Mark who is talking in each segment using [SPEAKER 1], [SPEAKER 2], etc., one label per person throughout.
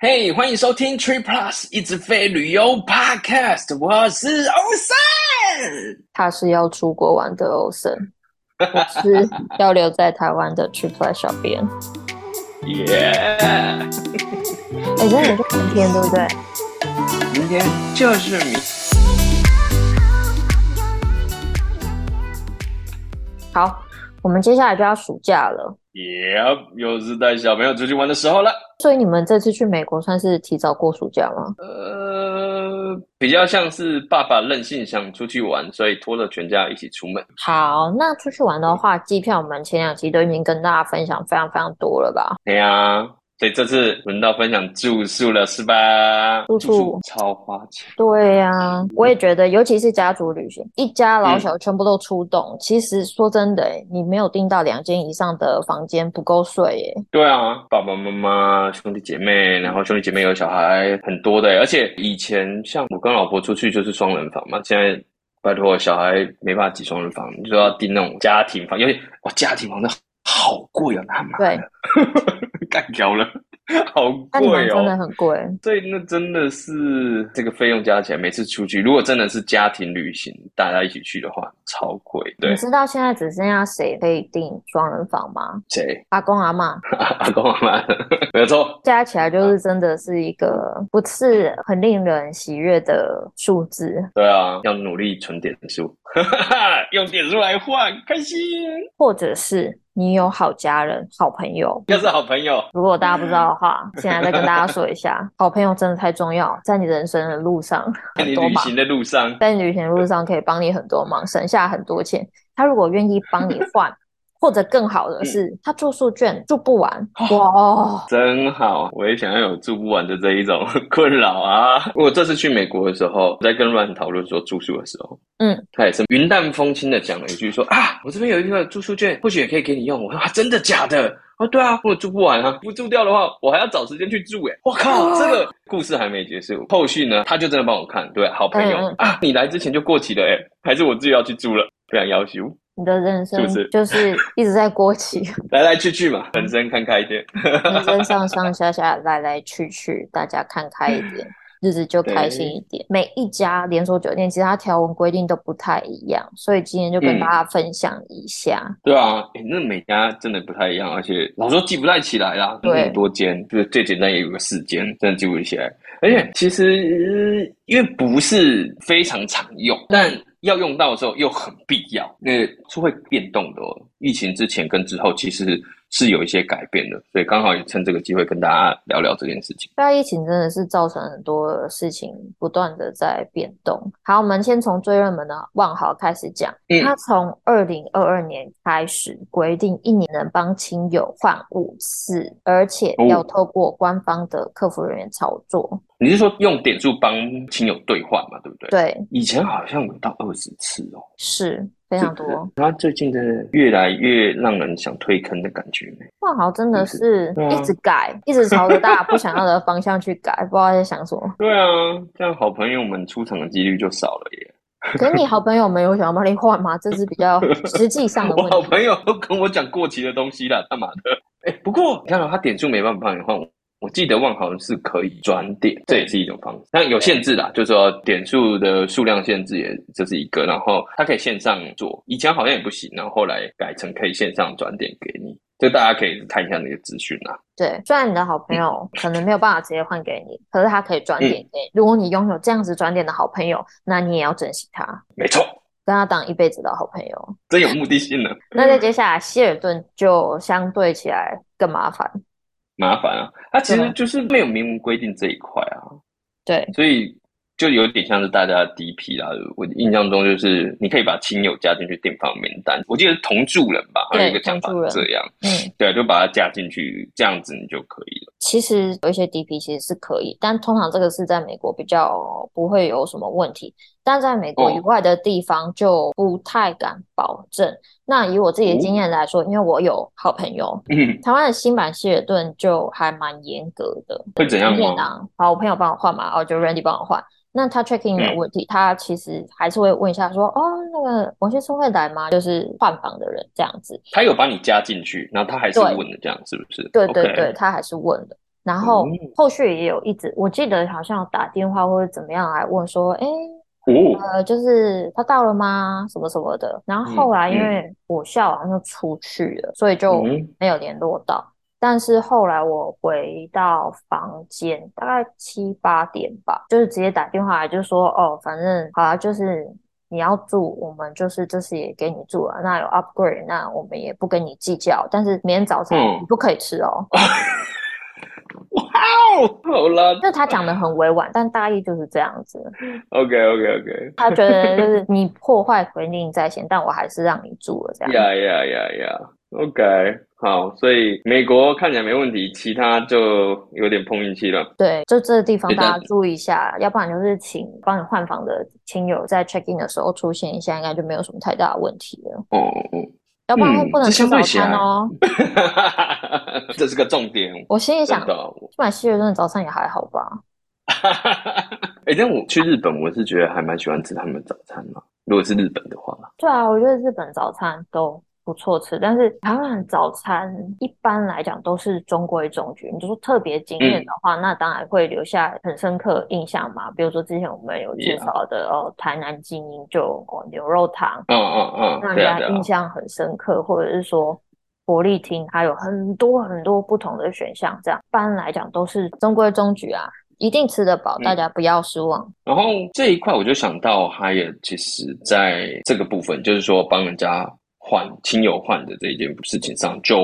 [SPEAKER 1] 嘿欢迎收听 Tree Plus 一直飞旅游 Podcast，我是欧森。
[SPEAKER 2] 他是要出国玩的欧森，我是要留在台湾的 Triple 小编。
[SPEAKER 1] 耶、
[SPEAKER 2] 哎、真的就明天对不对？
[SPEAKER 1] 明天就是明，
[SPEAKER 2] 好，我们接下来就要暑假了，
[SPEAKER 1] 耶、又是带小朋友出去玩的时候了。
[SPEAKER 2] 所以你们这次去美国算是提早过暑假吗？
[SPEAKER 1] 呃，比较像是爸爸任性想出去玩，所以拖了全家一起出门。
[SPEAKER 2] 好，那出去玩的话，机票我们前两集都已经跟大家分享非常非常多了吧？
[SPEAKER 1] 对呀、所以这次轮到分享住宿了，是吧？
[SPEAKER 2] 住宿
[SPEAKER 1] 超花钱，
[SPEAKER 2] 对呀、我也觉得，尤其是家族旅行，一家老小全部都出动，其实说真的、哎，你没有订到两间以上的房间不够睡欸耶、
[SPEAKER 1] 对啊，爸爸妈妈、兄弟姐妹，然后兄弟姐妹有小孩，很多的欸。而且以前像我跟老婆出去就是双人房嘛，现在拜托小孩没办法挤双人房，你就要订那种家庭房，因为哇，家庭房真的好贵啊，他妈的， 干掉了，好
[SPEAKER 2] 那你们
[SPEAKER 1] 贵
[SPEAKER 2] 真的
[SPEAKER 1] 哦。
[SPEAKER 2] 很贵，
[SPEAKER 1] 所以那真的是这个费用加起来，每次出去如果真的是家庭旅行，大家一起去的话，超贵。对
[SPEAKER 2] 你，知道现在只剩下谁可以订双人房吗？
[SPEAKER 1] 谁？
[SPEAKER 2] 阿公阿嬷
[SPEAKER 1] 阿公阿妈， 没有错。
[SPEAKER 2] 加起来
[SPEAKER 1] 嗯
[SPEAKER 2] 就是真的是一个不是很令人喜悦的数字，
[SPEAKER 1] 对啊，要努力存点数， 用点数来换，开心。
[SPEAKER 2] 或者是你有好家人、好朋友。
[SPEAKER 1] 要是好朋友，
[SPEAKER 2] 如果大家不知道的话，现在再跟大家说一下，好朋友真的太重要，在你人生的路上
[SPEAKER 1] 在
[SPEAKER 2] 很
[SPEAKER 1] 你
[SPEAKER 2] 多
[SPEAKER 1] 旅
[SPEAKER 2] 忙，
[SPEAKER 1] 行的路上，
[SPEAKER 2] 在你旅行的路上可以帮你很多忙，省下很多钱。他如果愿意帮你换，或者更好
[SPEAKER 1] 嗯
[SPEAKER 2] 的是，他住宿券住不完，哇哦，
[SPEAKER 1] 真好，我也想要有住不完的这一种 困扰啊！我这次去美国的时候，在跟 Ryan 讨论说住宿的时候，
[SPEAKER 2] 嗯，
[SPEAKER 1] 他也是云淡风轻的讲了一句说啊，我这边有一个住宿券，或许也可以给你用。我说啊，真的假的？啊，对啊，我住不完啊，不住掉的话，我还要找时间去住诶、我靠，
[SPEAKER 2] 哦
[SPEAKER 1] 这个故事还没结束，后续呢，他就真的帮我看，对，好朋友、
[SPEAKER 2] 嗯
[SPEAKER 1] 啊，你来之前就过期了诶、还是我自己要去住了，非常要求，
[SPEAKER 2] 你的人
[SPEAKER 1] 是
[SPEAKER 2] 生
[SPEAKER 1] 不是
[SPEAKER 2] 就是一直在过期，
[SPEAKER 1] 来来去去嘛，人生看开一点。
[SPEAKER 2] 人生上上下下来来去去，大家看开一点，日子就开心一点。每一家连锁酒店其实它条文规定都不太一样，所以今天就跟
[SPEAKER 1] 嗯
[SPEAKER 2] 大家分享一下。
[SPEAKER 1] 对啊，诶那每家真的不太一样，而且老实说记不太起来啦，
[SPEAKER 2] 对
[SPEAKER 1] 那么多间，就是最简单也有个四间，真的记不起来。而且其实呃因为不是非常常用，但要用到的时候又很必要，那是会变动的、哦。疫情之前跟之后其实是有一些改变的，所以刚好也趁这个机会跟大家聊聊这件事情。
[SPEAKER 2] 对啊，疫情真的是造成很多事情不断的在变动。好，我们先从最热门的万豪开始讲。
[SPEAKER 1] 嗯
[SPEAKER 2] 它从二零二二年开始规定，一年能帮亲友换五次，而且
[SPEAKER 1] 哦
[SPEAKER 2] 要透过官方的客服人员操作。
[SPEAKER 1] 你是说用点数帮亲友兑换嘛？对不对？
[SPEAKER 2] 对，
[SPEAKER 1] 以前好像有到二十次哦，
[SPEAKER 2] 是非常多。
[SPEAKER 1] 然后最近真的越来越让人想推坑的感觉呢。
[SPEAKER 2] 万豪真的是
[SPEAKER 1] 对啊
[SPEAKER 2] 一直改，一直朝着大家不想要的方向去改，不知道在想什么。
[SPEAKER 1] 对啊，这样好朋友们出场的几率就少了耶。
[SPEAKER 2] 可是你好朋友没有想要帮你换吗？这是比较实际上的
[SPEAKER 1] 我
[SPEAKER 2] 问
[SPEAKER 1] 好
[SPEAKER 2] 题。
[SPEAKER 1] 朋友都跟我讲过期的东西啦，干嘛的？ 哎、不过你看到他点数没办法帮你换，我记得万豪是可以转点，这也是一种方式，但有限制啦，就是说点数的数量限制也这是一个，然后它可以线上做，以前好像也不行，然后后来改成可以线上转点给你，这大家可以看一下那个资讯啦。
[SPEAKER 2] 对，虽然你的好朋友可能没有办法直接换给你，可是他可以转
[SPEAKER 1] 嗯
[SPEAKER 2] 点给你。如果你拥有这样子转点的好朋友，那你也要珍惜他，
[SPEAKER 1] 没错，
[SPEAKER 2] 跟他当一辈子的好朋友。
[SPEAKER 1] 真有目的性呢，
[SPEAKER 2] 那再接下来，希尔顿就相对起来更麻烦。
[SPEAKER 1] 麻烦啊，它其实
[SPEAKER 2] 对
[SPEAKER 1] 就是没有明文规定这一块啊。
[SPEAKER 2] 对，
[SPEAKER 1] 所以就有点像是大家的第一批啦。我印象中就是你可以把亲友加进去订房名单，我记得是同住人吧，还
[SPEAKER 2] 对
[SPEAKER 1] 有一个讲法
[SPEAKER 2] 同住人
[SPEAKER 1] 是这样，
[SPEAKER 2] 嗯，
[SPEAKER 1] 对，就把它加进去，这样子你就可以了。
[SPEAKER 2] 其实有一些 DP 其实是可以，但通常这个是在美国比较不会有什么问题，但在美国以
[SPEAKER 1] 哦
[SPEAKER 2] 外的地方就不太敢保证。那以我自己
[SPEAKER 1] 哦
[SPEAKER 2] 的经验来说，因为我有好朋友，
[SPEAKER 1] 嗯，
[SPEAKER 2] 台湾的新版希尔顿就还蛮严格的，
[SPEAKER 1] 会怎样
[SPEAKER 2] 电
[SPEAKER 1] 吗？
[SPEAKER 2] 脑，好，我朋友帮我换嘛，哦，就 Randy 帮我换。那他 check in 没有
[SPEAKER 1] 嗯
[SPEAKER 2] 问题，他其实还是会问一下说，哦，那个王先生会来吗？就是换房的人这样子。
[SPEAKER 1] 他有把你加进去，然后他还是
[SPEAKER 2] 对
[SPEAKER 1] 问的，这样是不是？
[SPEAKER 2] 对对
[SPEAKER 1] OK
[SPEAKER 2] 对，他还是问的。然后
[SPEAKER 1] 嗯
[SPEAKER 2] 后续也有一直，我记得好像有打电话或者怎么样来问说，哎，
[SPEAKER 1] 哦，
[SPEAKER 2] 呃，就是他到了吗？什么什么的。然后后来
[SPEAKER 1] 嗯
[SPEAKER 2] 因为我下午好像出去了，所以就
[SPEAKER 1] 嗯
[SPEAKER 2] 没有联络到。但是后来我回到房间，大概七八点吧，就是直接打电话来，就说哦，反正好啦，就是你要住，我们就是这次也给你住了，那有 upgrade，那我们也不跟你计较，但是明天早餐
[SPEAKER 1] 嗯
[SPEAKER 2] 你不可以吃哦。
[SPEAKER 1] 哦，好啦
[SPEAKER 2] 就他讲的很委婉，但大意就是这样子。
[SPEAKER 1] ，OK OK OK，
[SPEAKER 2] 他觉得就是你破坏规定在先，但我还是让你住了这样。
[SPEAKER 1] 呀呀呀呀，OK，好，所以美国看起来没问题，其他就有点碰运气了。
[SPEAKER 2] 对，就这个地方
[SPEAKER 1] 对
[SPEAKER 2] 大
[SPEAKER 1] 但
[SPEAKER 2] 家注意一下，要不然就是请帮你换房的亲友在 check in 的时候出现一下，应该就没有什么太大的问题了。
[SPEAKER 1] 哦哦，
[SPEAKER 2] 要不然会不
[SPEAKER 1] 这
[SPEAKER 2] 能吃
[SPEAKER 1] 相对
[SPEAKER 2] 早
[SPEAKER 1] 起
[SPEAKER 2] 餐
[SPEAKER 1] 来
[SPEAKER 2] 哦。
[SPEAKER 1] 哦这是个重点，
[SPEAKER 2] 我心里
[SPEAKER 1] 真
[SPEAKER 2] 想，
[SPEAKER 1] 的哦。
[SPEAKER 2] 买西月顿的早餐也还好吧。
[SPEAKER 1] 哎、但我去日本，我是觉得还蛮喜欢吃他们的早餐啦。如果是日本的话啦，
[SPEAKER 2] 对啊，我觉得日本早餐都不错吃，但是台湾的早餐一般来讲都是中规中矩。你就说特别惊艳
[SPEAKER 1] 嗯
[SPEAKER 2] 的话，那当然会留下很深刻印象嘛。比如说之前我们有介
[SPEAKER 1] Yeah
[SPEAKER 2] 绍的哦，台南精英就有哦牛肉汤，
[SPEAKER 1] 嗯嗯
[SPEAKER 2] 让
[SPEAKER 1] 嗯，对
[SPEAKER 2] 人
[SPEAKER 1] 啊
[SPEAKER 2] 家
[SPEAKER 1] 对啊
[SPEAKER 2] 印，象很深刻，或者是说国立厅，它有很多很多不同的选项，这样一般来讲都是中规中矩啊，一定吃得饱，
[SPEAKER 1] 嗯
[SPEAKER 2] 大家不要失望。
[SPEAKER 1] 然后这一块我就想到，他也其实在这个部分，就是说帮人家换亲友换的这一件事情上就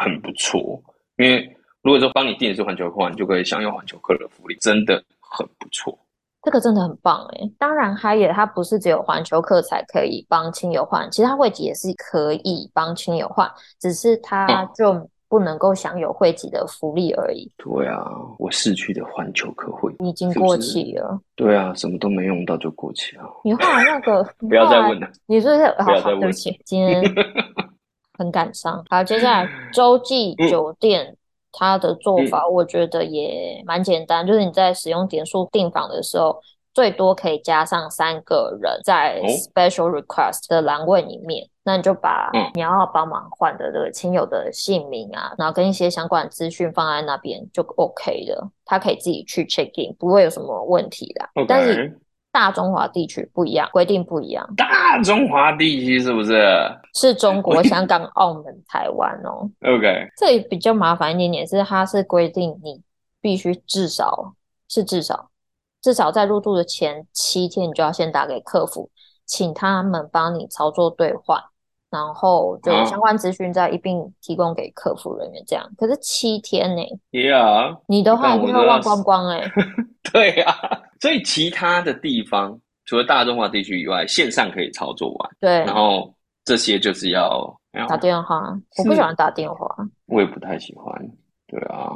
[SPEAKER 1] 很不错，因为如果说帮你订的是环球客，你就可以享有环球客的福利，真的很不错。
[SPEAKER 2] 这个真的很棒诶，当然，它也它不是只有环球客才可以帮亲友换，其实它会籍也是可以帮亲友换，只是它
[SPEAKER 1] 嗯
[SPEAKER 2] 就不能够享有会籍的福利而已，
[SPEAKER 1] 对啊，我逝去的环球客会，
[SPEAKER 2] 已经
[SPEAKER 1] 是不
[SPEAKER 2] 过
[SPEAKER 1] 是
[SPEAKER 2] 期了。
[SPEAKER 1] 对啊，什么都没用到就过期啊了。
[SPEAKER 2] 你画那个
[SPEAKER 1] 不要再
[SPEAKER 2] 画
[SPEAKER 1] 问了，
[SPEAKER 2] 你是不是？好
[SPEAKER 1] 不要
[SPEAKER 2] 好，
[SPEAKER 1] 再
[SPEAKER 2] 对不
[SPEAKER 1] 问
[SPEAKER 2] 起，今 天很感伤。好，接下来洲际
[SPEAKER 1] 嗯
[SPEAKER 2] 酒店它的做法，我觉得也蛮简单，就是你在使用点数订房的时候，最多可以加上三个人在
[SPEAKER 1] 哦
[SPEAKER 2] special request 的栏位里面。那你就把
[SPEAKER 1] 嗯
[SPEAKER 2] 你要帮忙换的这个亲友的姓名啊，然后跟一些相关的资讯放在那边就 OK 了，他可以自己去 check in，不会有什么问题啦。
[SPEAKER 1] OK
[SPEAKER 2] 但是大中华地区不一样，规定不一样，
[SPEAKER 1] 大中华地区是不是
[SPEAKER 2] 是 中国、香港、澳门、台湾哦。
[SPEAKER 1] ？OK，
[SPEAKER 2] 这里比较麻烦一点点是，它是规定你必须至少是至少至少在入住的前七天，你就要先打给客服，请他们帮你操作兑换，然后就
[SPEAKER 1] 啊
[SPEAKER 2] 相关资讯再一并提供给客服人员。这样，可是七天呢、
[SPEAKER 1] 也啊，
[SPEAKER 2] 你的话
[SPEAKER 1] 那
[SPEAKER 2] 一定
[SPEAKER 1] 我
[SPEAKER 2] 会
[SPEAKER 1] 都要
[SPEAKER 2] 忘光光 哎、
[SPEAKER 1] 对啊，所以其他的地方除了大中华地区以外，线上可以操作完，
[SPEAKER 2] 对，
[SPEAKER 1] 然后这些就是要，哎呀
[SPEAKER 2] 打电话，我不喜
[SPEAKER 1] 是
[SPEAKER 2] 欢打电话。
[SPEAKER 1] 我也不太喜欢，对啊，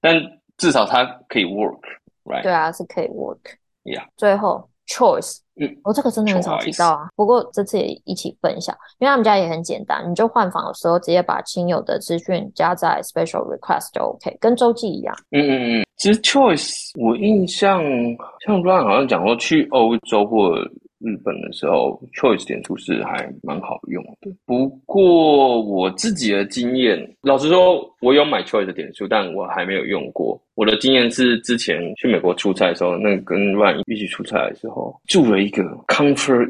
[SPEAKER 1] 但至少它可以 work，right？
[SPEAKER 2] 对啊，是可以 work。
[SPEAKER 1] Yeah
[SPEAKER 2] 最后 choice，
[SPEAKER 1] 嗯，
[SPEAKER 2] 我、这个真的很少提
[SPEAKER 1] choice
[SPEAKER 2] 到啊，不过这次也一起分享，因为他们家也很简单，你就换房的时候直接把亲友的资讯加在 special request 就 OK，跟周记一样。
[SPEAKER 1] 嗯嗯嗯，其实 choice 我印象像 Ryan 好像讲过，去欧洲或日本的时候，choice 点数是还蛮好用的。不过我自己的经验，老实说，我有买 choice 的点数，但我还没有用过。我的经验是之前去美国出差的时候，那跟 Ryan 一起出差的时候，住了一个 Comfort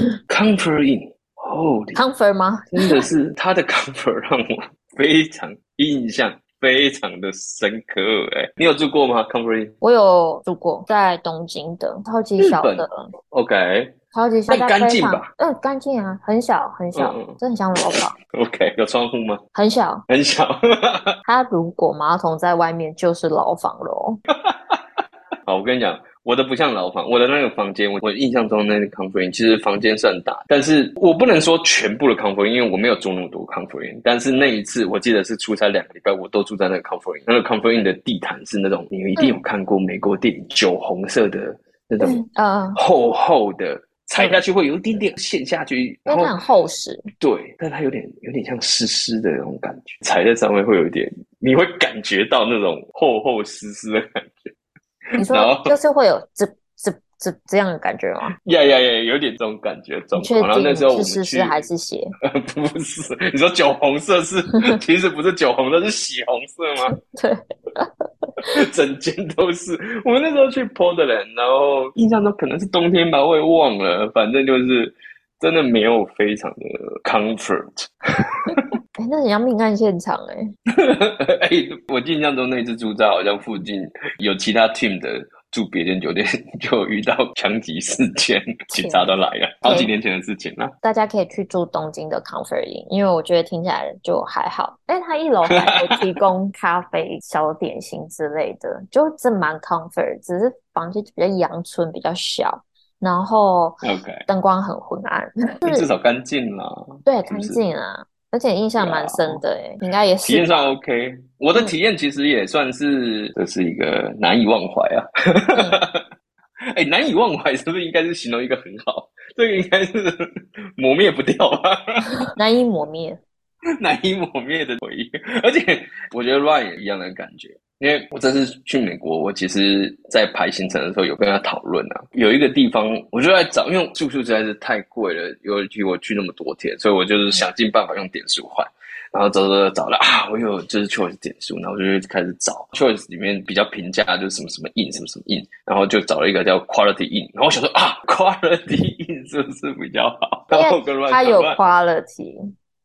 [SPEAKER 1] Inn，Comfort Inn，哦，
[SPEAKER 2] Comfort 吗？
[SPEAKER 1] 真的是他的 cover 让我非常印象非常的深刻、欸。哎，你有住过吗？Comfort
[SPEAKER 2] 我有住过在东京的，超级
[SPEAKER 1] 日
[SPEAKER 2] 小
[SPEAKER 1] 本
[SPEAKER 2] 的，
[SPEAKER 1] OK
[SPEAKER 2] 超级小，
[SPEAKER 1] 那
[SPEAKER 2] 但
[SPEAKER 1] 干
[SPEAKER 2] 非
[SPEAKER 1] 净
[SPEAKER 2] 常
[SPEAKER 1] 吧？
[SPEAKER 2] 嗯，干净啊，很小很小，
[SPEAKER 1] 嗯嗯
[SPEAKER 2] 真的很像楼 房，
[SPEAKER 1] OK，有窗户吗？
[SPEAKER 2] 很小。
[SPEAKER 1] 很小。
[SPEAKER 2] 它如果马桶在外面就是牢房喽。
[SPEAKER 1] 好，我跟你讲，我的不像牢房，我的那个房间，我我印象中那个 Comfort Inn 其实房间是很大，但是我不能说全部的 Comfort Inn，因为我没有住那么多 Comfort Inn。但是那一次我记得是出差两个礼拜，我都住在那个 Comfort Inn。那个 Comfort Inn 的地毯是那种你一定有看过美国电影酒红色的那种
[SPEAKER 2] 嗯嗯，
[SPEAKER 1] 厚厚的，踩下去会有一点点陷下去，
[SPEAKER 2] 因
[SPEAKER 1] 然
[SPEAKER 2] 为
[SPEAKER 1] 后
[SPEAKER 2] 它很厚实。
[SPEAKER 1] 对，但它有点有点像湿湿的那种感觉，踩在上面会有一点，你会感觉到那种厚厚湿湿的感觉，
[SPEAKER 2] 你说
[SPEAKER 1] 然后
[SPEAKER 2] 就是会有这这这这样的感觉吗？
[SPEAKER 1] 呀呀呀，有点这种感觉
[SPEAKER 2] 你
[SPEAKER 1] 状
[SPEAKER 2] 确
[SPEAKER 1] 况。然后那
[SPEAKER 2] 定
[SPEAKER 1] 时候我
[SPEAKER 2] 是
[SPEAKER 1] 们
[SPEAKER 2] 湿
[SPEAKER 1] 去
[SPEAKER 2] 湿还是血？
[SPEAKER 1] 不是， 你说酒红色是其实不是酒红色，是血红色吗？
[SPEAKER 2] 对，
[SPEAKER 1] 整间都是。我们那时候去 Portland，然后印象中可能是冬天吧，我也忘了，反正就是真的没有非常的 comfort。
[SPEAKER 2] 哎，那你要命案现场哎、
[SPEAKER 1] 哎、我印象中那只猪在好像附近有其他 team 的住别间酒店， 就有遇到枪击事件，警
[SPEAKER 2] 啊
[SPEAKER 1] 察都来了，好几年前的事情了、
[SPEAKER 2] 大家可以去住东京的 Comfort Inn，因为我觉得听起来就还好。哎，它一楼还有提 供咖啡、小点心之类的，就这蛮 comfort，只是房间比较阳春，比较小，然后
[SPEAKER 1] OK，
[SPEAKER 2] 灯光很昏暗，
[SPEAKER 1] 至少干净啦，
[SPEAKER 2] 对，
[SPEAKER 1] 是
[SPEAKER 2] 干
[SPEAKER 1] 不是哦
[SPEAKER 2] 净啊，而且印象蛮深的哎、你应该也
[SPEAKER 1] 体验
[SPEAKER 2] 是
[SPEAKER 1] 上 OK。我的
[SPEAKER 2] 嗯
[SPEAKER 1] 体验其实也算是，这是一个难以忘怀啊。
[SPEAKER 2] 嗯
[SPEAKER 1] 哎、难以忘怀是不是应该是形容一个很好？这个应该是磨灭不掉啊吧，
[SPEAKER 2] 难以磨灭。
[SPEAKER 1] 难以磨灭的回忆。而且我觉得 Ryan 也一样的感觉，因为我这次去美国，我其实在排行程的时候有跟他讨论啊，有一个地方我就在找，因为住宿实在是太贵了，尤其我去那么多天，所以我就是想尽办法用点数换。然后找找找找了啊，我有就是 Choice 点数，然后我就开始找 Choice 里面比较平价的就是什么什么 in 什么什么 in，然后就找了一个叫 Quality in，然后我想说啊，Quality in 是不是比较好？
[SPEAKER 2] 因为
[SPEAKER 1] 然后我跟乱
[SPEAKER 2] 它有
[SPEAKER 1] 讨论
[SPEAKER 2] quality，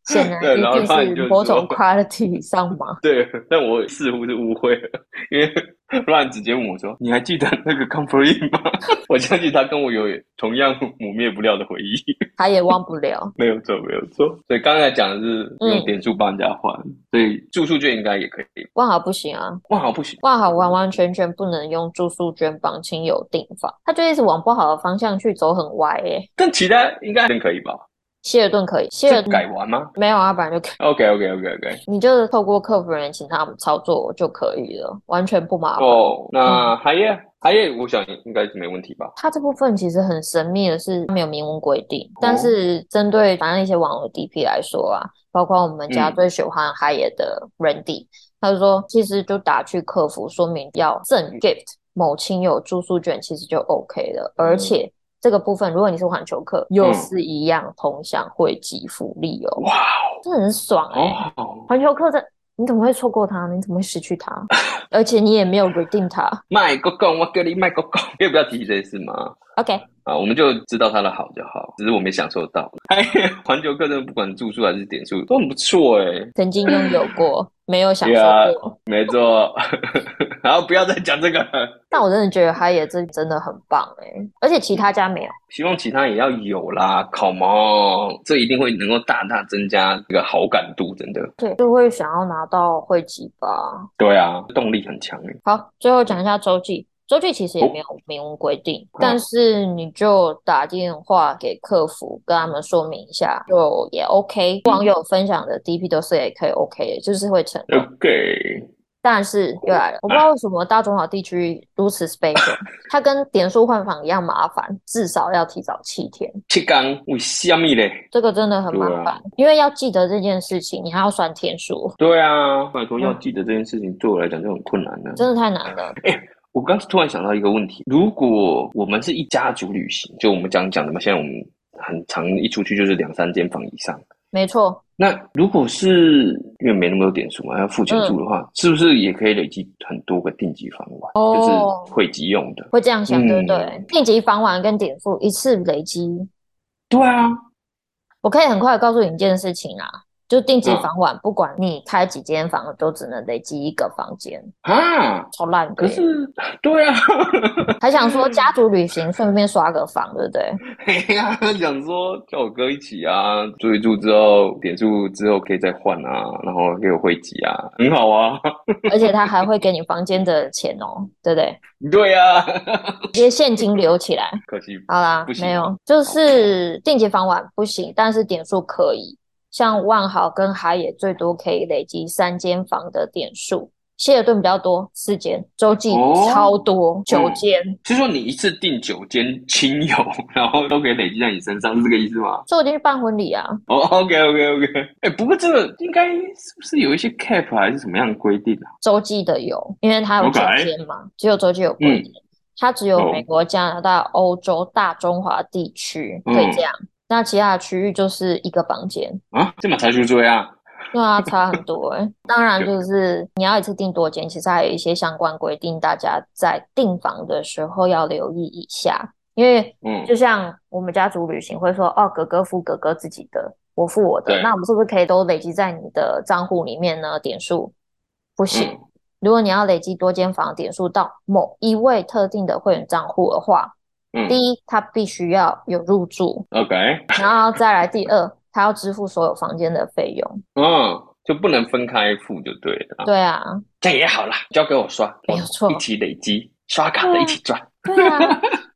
[SPEAKER 2] 显然
[SPEAKER 1] 对
[SPEAKER 2] 一
[SPEAKER 1] 然后
[SPEAKER 2] 定
[SPEAKER 1] 他就是说
[SPEAKER 2] 某 种 quality 以上嘛。
[SPEAKER 1] 对，但我似乎是误会了，因为 Ryan 直接问我说：“你还记得那个 Comfort In 吗？” 我相信他跟我有同样抹灭不了的回忆。
[SPEAKER 2] 他也忘不了。
[SPEAKER 1] 没有错，没有错。所以刚才讲的是
[SPEAKER 2] 嗯
[SPEAKER 1] 用点数帮人家换，所以住宿券应该也可以。
[SPEAKER 2] 万豪不行啊，
[SPEAKER 1] 万豪不行，
[SPEAKER 2] 万豪完完全全不能用住宿捐帮亲友订房，他就一直往不好的方向去走，很歪耶、
[SPEAKER 1] 但其他应该还可以吧？
[SPEAKER 2] 希尔顿可以，希
[SPEAKER 1] 是
[SPEAKER 2] 尔顿
[SPEAKER 1] 改完吗
[SPEAKER 2] 没有啊，本来就可以，
[SPEAKER 1] ？OK，OK，OK，OK。OK，OK，OK，OK，
[SPEAKER 2] 你就是透过客服人员请他们操作就可以了，完全不麻烦。
[SPEAKER 1] 哦，那海燕，海燕，我想应该是没问题吧？
[SPEAKER 2] 它这部分其实很神秘的是，它没有明文规定，
[SPEAKER 1] 哦
[SPEAKER 2] 但是针对反正一些网络 DP 来说啊，包括我们家
[SPEAKER 1] 嗯
[SPEAKER 2] 最喜欢哈耶的 Randy，、他就说其实就打去客服说明要赠与 gift 某亲友住宿券，其实就 OK 了，
[SPEAKER 1] 嗯
[SPEAKER 2] 而且。这个部分，如果你是环球客，又是一样同享会籍福利哦，
[SPEAKER 1] 哇
[SPEAKER 2] 真的很爽哎、
[SPEAKER 1] 哦，
[SPEAKER 2] 环球客这你怎么会错过它？你怎么会失去它？ 而且你也没有 redeem 它。
[SPEAKER 1] 卖个贡，我给你卖个贡，可以不要提起这件事吗？
[SPEAKER 2] OK，
[SPEAKER 1] 啊，我们就知道它的好就好，只是我没享受到。哎， 环球客栈不管住宿还是点数都很不错哎、
[SPEAKER 2] 曾经拥有过，没有享受
[SPEAKER 1] Yeah
[SPEAKER 2] 过。
[SPEAKER 1] 没错。 然后不要再讲这个了，
[SPEAKER 2] 但我真的觉得哈野这真的很棒哎、而且其他家没有。
[SPEAKER 1] 希望其他也要有啦，Come on，这一定会能够大大增加这个好感度，真的。
[SPEAKER 2] 对，就会想要拿到汇集吧。
[SPEAKER 1] 对啊，动力很强哎、
[SPEAKER 2] 好，最后讲一下周记。周记其实也没有明文规定，但是你就打电话给客服，跟他们说明一下，就也 OK。网友分享的 DP 都是也可以 OK 的，就是会成功。
[SPEAKER 1] OK，
[SPEAKER 2] 但是又来了，我不知道为什么大中华地区如此 special，它跟点数换房一样麻烦，至少要提早七天。
[SPEAKER 1] 七缸为虾米嘞？
[SPEAKER 2] 这个真的很麻
[SPEAKER 1] 对啊
[SPEAKER 2] 烦，因为要记得这件事情，你还要算天数，
[SPEAKER 1] 对啊，拜托要
[SPEAKER 2] 嗯
[SPEAKER 1] 记得这件事情对我来讲就很困难了。
[SPEAKER 2] 真的太难了。
[SPEAKER 1] 我刚突然想到一个问题：如果我们是一家族旅行，就我们讲讲的嘛，现在我们很常一出去就是两三间房以上。
[SPEAKER 2] 没错，
[SPEAKER 1] 那如果是因为没那么多点数嘛，要付钱住的话，是不是也可以累积很多个定级房玩，
[SPEAKER 2] 哦
[SPEAKER 1] 就是汇集用的？
[SPEAKER 2] 会这样想，
[SPEAKER 1] 嗯
[SPEAKER 2] 对不对？定级房完跟点付一次累积，
[SPEAKER 1] 对啊，
[SPEAKER 2] 我可以很快地告诉你一件事情啊，就定级
[SPEAKER 1] 嗯
[SPEAKER 2] 房晚，不管你开几间房，都只能累积一个房间，
[SPEAKER 1] 啊，
[SPEAKER 2] 超烂的
[SPEAKER 1] 可
[SPEAKER 2] 耶。
[SPEAKER 1] 是对啊，
[SPEAKER 2] 还想说家族旅行顺便刷个房，对不对？
[SPEAKER 1] 嘿呀，想说叫我哥一起啊，住一住之后，点数之后可以再换啊，然后又有汇集啊，很好啊，
[SPEAKER 2] 而且他还会给你房间的钱哦，对不对？
[SPEAKER 1] 对啊，
[SPEAKER 2] 直接现金留起来。
[SPEAKER 1] 可惜
[SPEAKER 2] 好啦
[SPEAKER 1] 不，行啊
[SPEAKER 2] 没有，就是定级房晚不行，但是点数可以。像万豪跟海野最多可以累积三间房的点数，希尔顿比较多，四间，洲际
[SPEAKER 1] 哦
[SPEAKER 2] 超多，九间。
[SPEAKER 1] 就是说你一次订九间亲友，然后都可以累积在你身上，是这个意思吗？
[SPEAKER 2] 所以我今天去办婚礼啊，
[SPEAKER 1] 哦、o k OK OK，哎、不过这个应该是不是有一些 cap 啊还是什么样的规定啊？
[SPEAKER 2] 洲际的有，因为它有九
[SPEAKER 1] OK 嗯
[SPEAKER 2] 间嘛，只有洲际有规定，它只有
[SPEAKER 1] 哦
[SPEAKER 2] 美国、加拿大、欧洲、大中华地
[SPEAKER 1] 嗯
[SPEAKER 2] 区可以这样，那其他的区域就是一个房间。
[SPEAKER 1] 啊，这么才去追啊？
[SPEAKER 2] 对啊，差很多哎、当然，就是你要一次订多间，其实还有一些相关规定，大家在订房的时候要留意一下。因为
[SPEAKER 1] 嗯，
[SPEAKER 2] 就像我们家族旅行会说，哦，哥哥付哥哥自己的，我付我的，
[SPEAKER 1] 对
[SPEAKER 2] 那我们是不是可以都累积在你的账户里面呢？点数不行，
[SPEAKER 1] 嗯
[SPEAKER 2] 如果你要累积多间房点数到某一位特定的会员账户的话，
[SPEAKER 1] 嗯
[SPEAKER 2] 第一，他必须要有入住，
[SPEAKER 1] ，OK，
[SPEAKER 2] 然后再来第二，他要支付所有房间的费用。
[SPEAKER 1] 嗯，就不能分开付就对了，
[SPEAKER 2] 对啊，
[SPEAKER 1] 这样也好啦，交给我刷，
[SPEAKER 2] 没
[SPEAKER 1] 我
[SPEAKER 2] 有错
[SPEAKER 1] 一起累积，刷卡的
[SPEAKER 2] 对啊
[SPEAKER 1] 一起赚。
[SPEAKER 2] 对啊，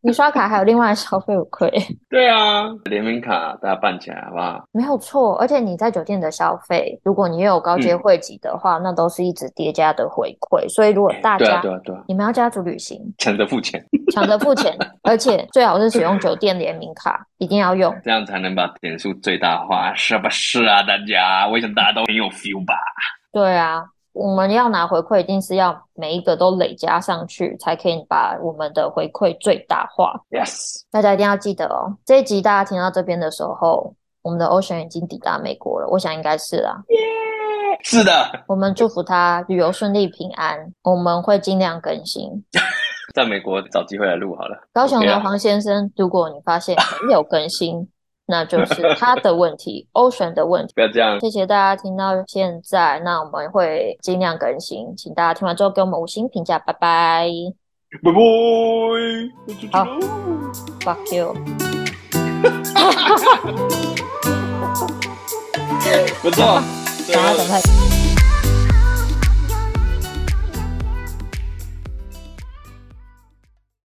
[SPEAKER 2] 你刷卡还有另外的消费回馈，
[SPEAKER 1] 对啊，联名卡大家办起来好不好？
[SPEAKER 2] 没有错。而且你在酒店的消费，如果你又有高阶
[SPEAKER 1] 嗯
[SPEAKER 2] 会籍的话，那都是一直叠加的回馈。所以如果大
[SPEAKER 1] 对啊，
[SPEAKER 2] 家
[SPEAKER 1] 对啊，对啊，
[SPEAKER 2] 你们要家族旅行，
[SPEAKER 1] 抢着付钱，
[SPEAKER 2] 抢着付钱，而且最好是使用酒店联名卡，一定要用。
[SPEAKER 1] 这样才能把点数最大化，是不是啊？大家，我想大家都很有 feel 吧？
[SPEAKER 2] 对啊，我们要拿回馈，一定是要每一个都累加上去，才可以把我们的回馈最大化。
[SPEAKER 1] Yes，
[SPEAKER 2] 大家一定要记得哦，这一集大家听到这边的时候，我们的 Ocean 已经抵达美国了，我想应该是啦。
[SPEAKER 1] 是的，
[SPEAKER 2] 我们祝福他旅游顺利平安，我们会尽量更新。
[SPEAKER 1] 在美国找机会来录好了。
[SPEAKER 2] 高雄
[SPEAKER 1] OK
[SPEAKER 2] 的
[SPEAKER 1] 啊
[SPEAKER 2] 黄先生，如果你发现没有更新， 那就是他的问题，Ocean 的问题。
[SPEAKER 1] 不要这样，
[SPEAKER 2] 谢谢大家听到现在，那我们会尽量更新，请大家听完之后给我们五星评价，拜拜
[SPEAKER 1] 拜拜。
[SPEAKER 2] 好，fuck you。
[SPEAKER 1] 不错，
[SPEAKER 2] 赶快赶快。